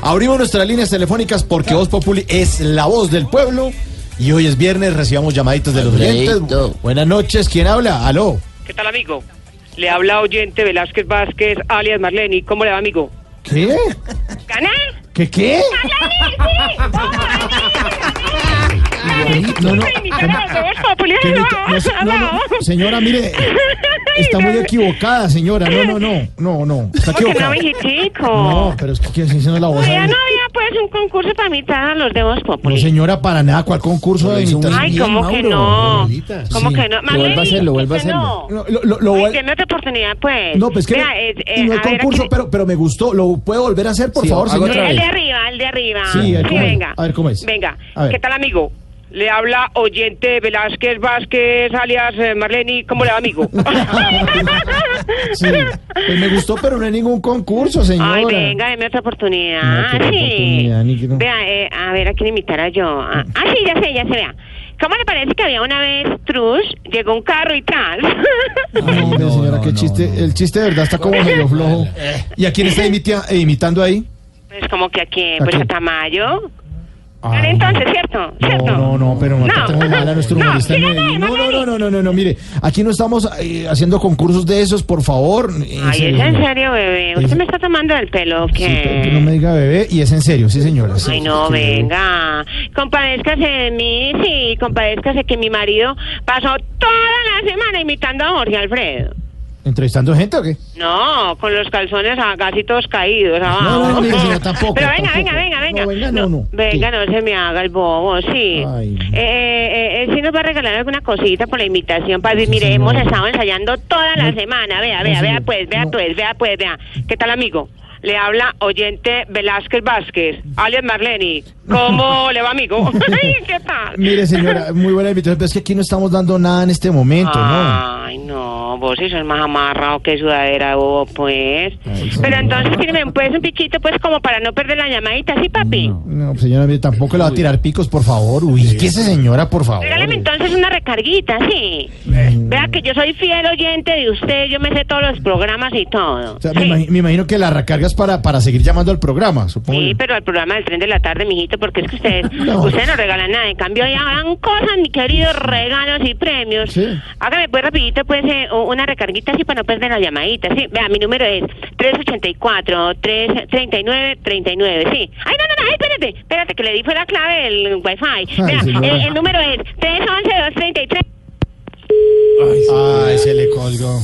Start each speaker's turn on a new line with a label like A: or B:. A: Abrimos nuestras líneas telefónicas porque Voz Populi es la voz del pueblo. Y hoy es viernes, recibamos llamaditos de los oyentes.
B: Alfredito.
A: Buenas noches, ¿quién habla? Aló.
C: ¿Qué tal, amigo? Le habla oyente Velázquez Vázquez, alias Marleni. ¿Cómo le va, amigo?
A: ¿Qué?
C: ¿Gané?
A: ¿Qué qué? No, no. Que no te- no, se- no, no, Señora, mire, está muy equivocada, señora. No, no, no, no, no. Está equivocada.
C: no, mijitico?
A: No, pero es que quiero decir, no la voz.
C: Ya
A: ahí.
C: no había, pues, un concurso para imitar a los de Voz
A: No,
C: Populi.
A: señora, para nada. ¿Cuál concurso de imitación?
C: Ay, ¿cómo que no? ¿Cómo
A: Sí.
C: que no? Marleni,
B: vuelva a hacerlo, vuelva a
C: que no.
A: No, lo- lo- lo-
C: Ay, deme otra oportunidad, pues.
A: no, pues que
C: Vea,
A: no-
C: eh, eh,
A: no hay
C: a ver,
A: concurso,
C: aquí-
A: pero, pero me gustó. ¿Lo puedo volver a hacer, por
B: Sí,
A: favor,
B: hago otra
A: señora?
B: vez.
C: El de arriba, el de arriba.
A: Sí, a ver cómo es.
C: venga.
A: A ver cómo es.
C: Venga.
A: A ver.
C: ¿Qué tal, amigo? Le habla oyente Velázquez Vázquez, alias eh, Marleni. ¿Cómo le va, amigo?
A: Sí, pues me gustó, pero no hay ningún concurso, señora.
C: Ay, venga, deme otra
A: No,
C: oportunidad.
A: qué otra
C: sí.
A: oportunidad, ni que no.
C: Vea, eh, a ver, ¿a quién imitará yo? Ah, ah, sí, ya sé, ya sé, vea. ¿Cómo le parece que había una vez Trush, llegó un carro y tal?
A: Ay, hombre,
B: No,
A: señora,
B: no,
A: qué
B: no,
A: chiste.
B: no.
A: El chiste de verdad está como medio flojo. ¿Y a quién está imitia- eh, imitando ahí?
C: pues como que a quién,
A: ¿A
C: pues a,
A: quién?
C: Tamayo.
A: Ay.
C: Gané entonces, ¿cierto?
A: Ah. No,
C: ¿Cierto?
A: no, no, pero no,
C: No.
A: tratemos mal a nuestro
C: No,
A: humorista. en
C: sígale,
A: Medellín. No, no,
C: Manoli.
A: no, no, no, no, no, mire, aquí no estamos eh, haciendo concursos de esos, por favor. En
C: Ay,
A: serio,
C: es en
A: señora.
C: serio, bebé. Usted
A: Es-
C: me está tomando el pelo, ¿o
A: Sí, pero que
C: ¿qué?
A: no me diga bebé, y es en serio, sí, señora. sí,
C: Ay, no,
A: sí, sí.
C: venga. Compadézcase de mí, sí. Compadézcase que mi marido pasó toda la semana imitando a Jorge Alfredo.
A: ¿Entrevistando gente o qué?
C: No, con los calzones a casi todos caídos. abajo.
A: no, no, no, tampoco,
C: Pero venga,
A: tampoco.
C: venga, venga, venga.
A: No, venga, no, no.
C: Venga, no se me haga el bobo, sí.
A: Ay, no.
C: Eh, eh, eh, sí nos va a regalar alguna cosita por la imitación para decir,
A: Sí,
C: mire,
A: señora.
C: hemos estado ensayando toda la
A: No.
C: semana. Vea,
A: No,
C: vea,
A: señor,
C: vea, pues, vea,
A: no.
C: pues, vea, pues, vea. ¿Qué tal, amigo? Le habla oyente Velázquez Vázquez, alias Marleni. ¿Cómo le va, amigo? Ay, ¿Qué tal?
A: Mire, señora, muy buena invitación, pero es que aquí no estamos dando nada en este momento, ¿no?
C: Ay, no, vos sí sos más amarrado que sudadera, vos, pues.
A: Ay,
C: Pero
A: señora.
C: entonces, tíreme pues un piquito, pues, como para no perder la llamadita, ¿sí, papi?
A: No, señora, mire, tampoco le va a tirar picos, por favor. Uy, ¿qué es esa señora, por favor?
C: Regáleme entonces una recarguita, sí. Vea que yo soy fiel oyente de usted, yo me sé todos los programas y todo.
A: O sea, me,
C: sí.
A: imagi- me imagino que la recargas para, para seguir llamando al programa, supongo.
C: Sí,
A: yo.
C: pero al programa del tren de la tarde, mijito, porque es que ustedes,
A: No.
C: ustedes no regalan nada. En cambio, ya habrán cosas, mi querido, regalos y premios.
A: Sí.
C: Hágame pues rapidito, pues, eh, u- una recarguita así para no perder la llamadita, sí. Vea, mi número es 384-339-39, sí. Ay, no, no, no, ay, espérate, espérate, que le di fue la clave del wifi.
A: Ay,
C: Vea,
A: señora.
C: el, el número es 311-233.
A: Ay, se le colgó.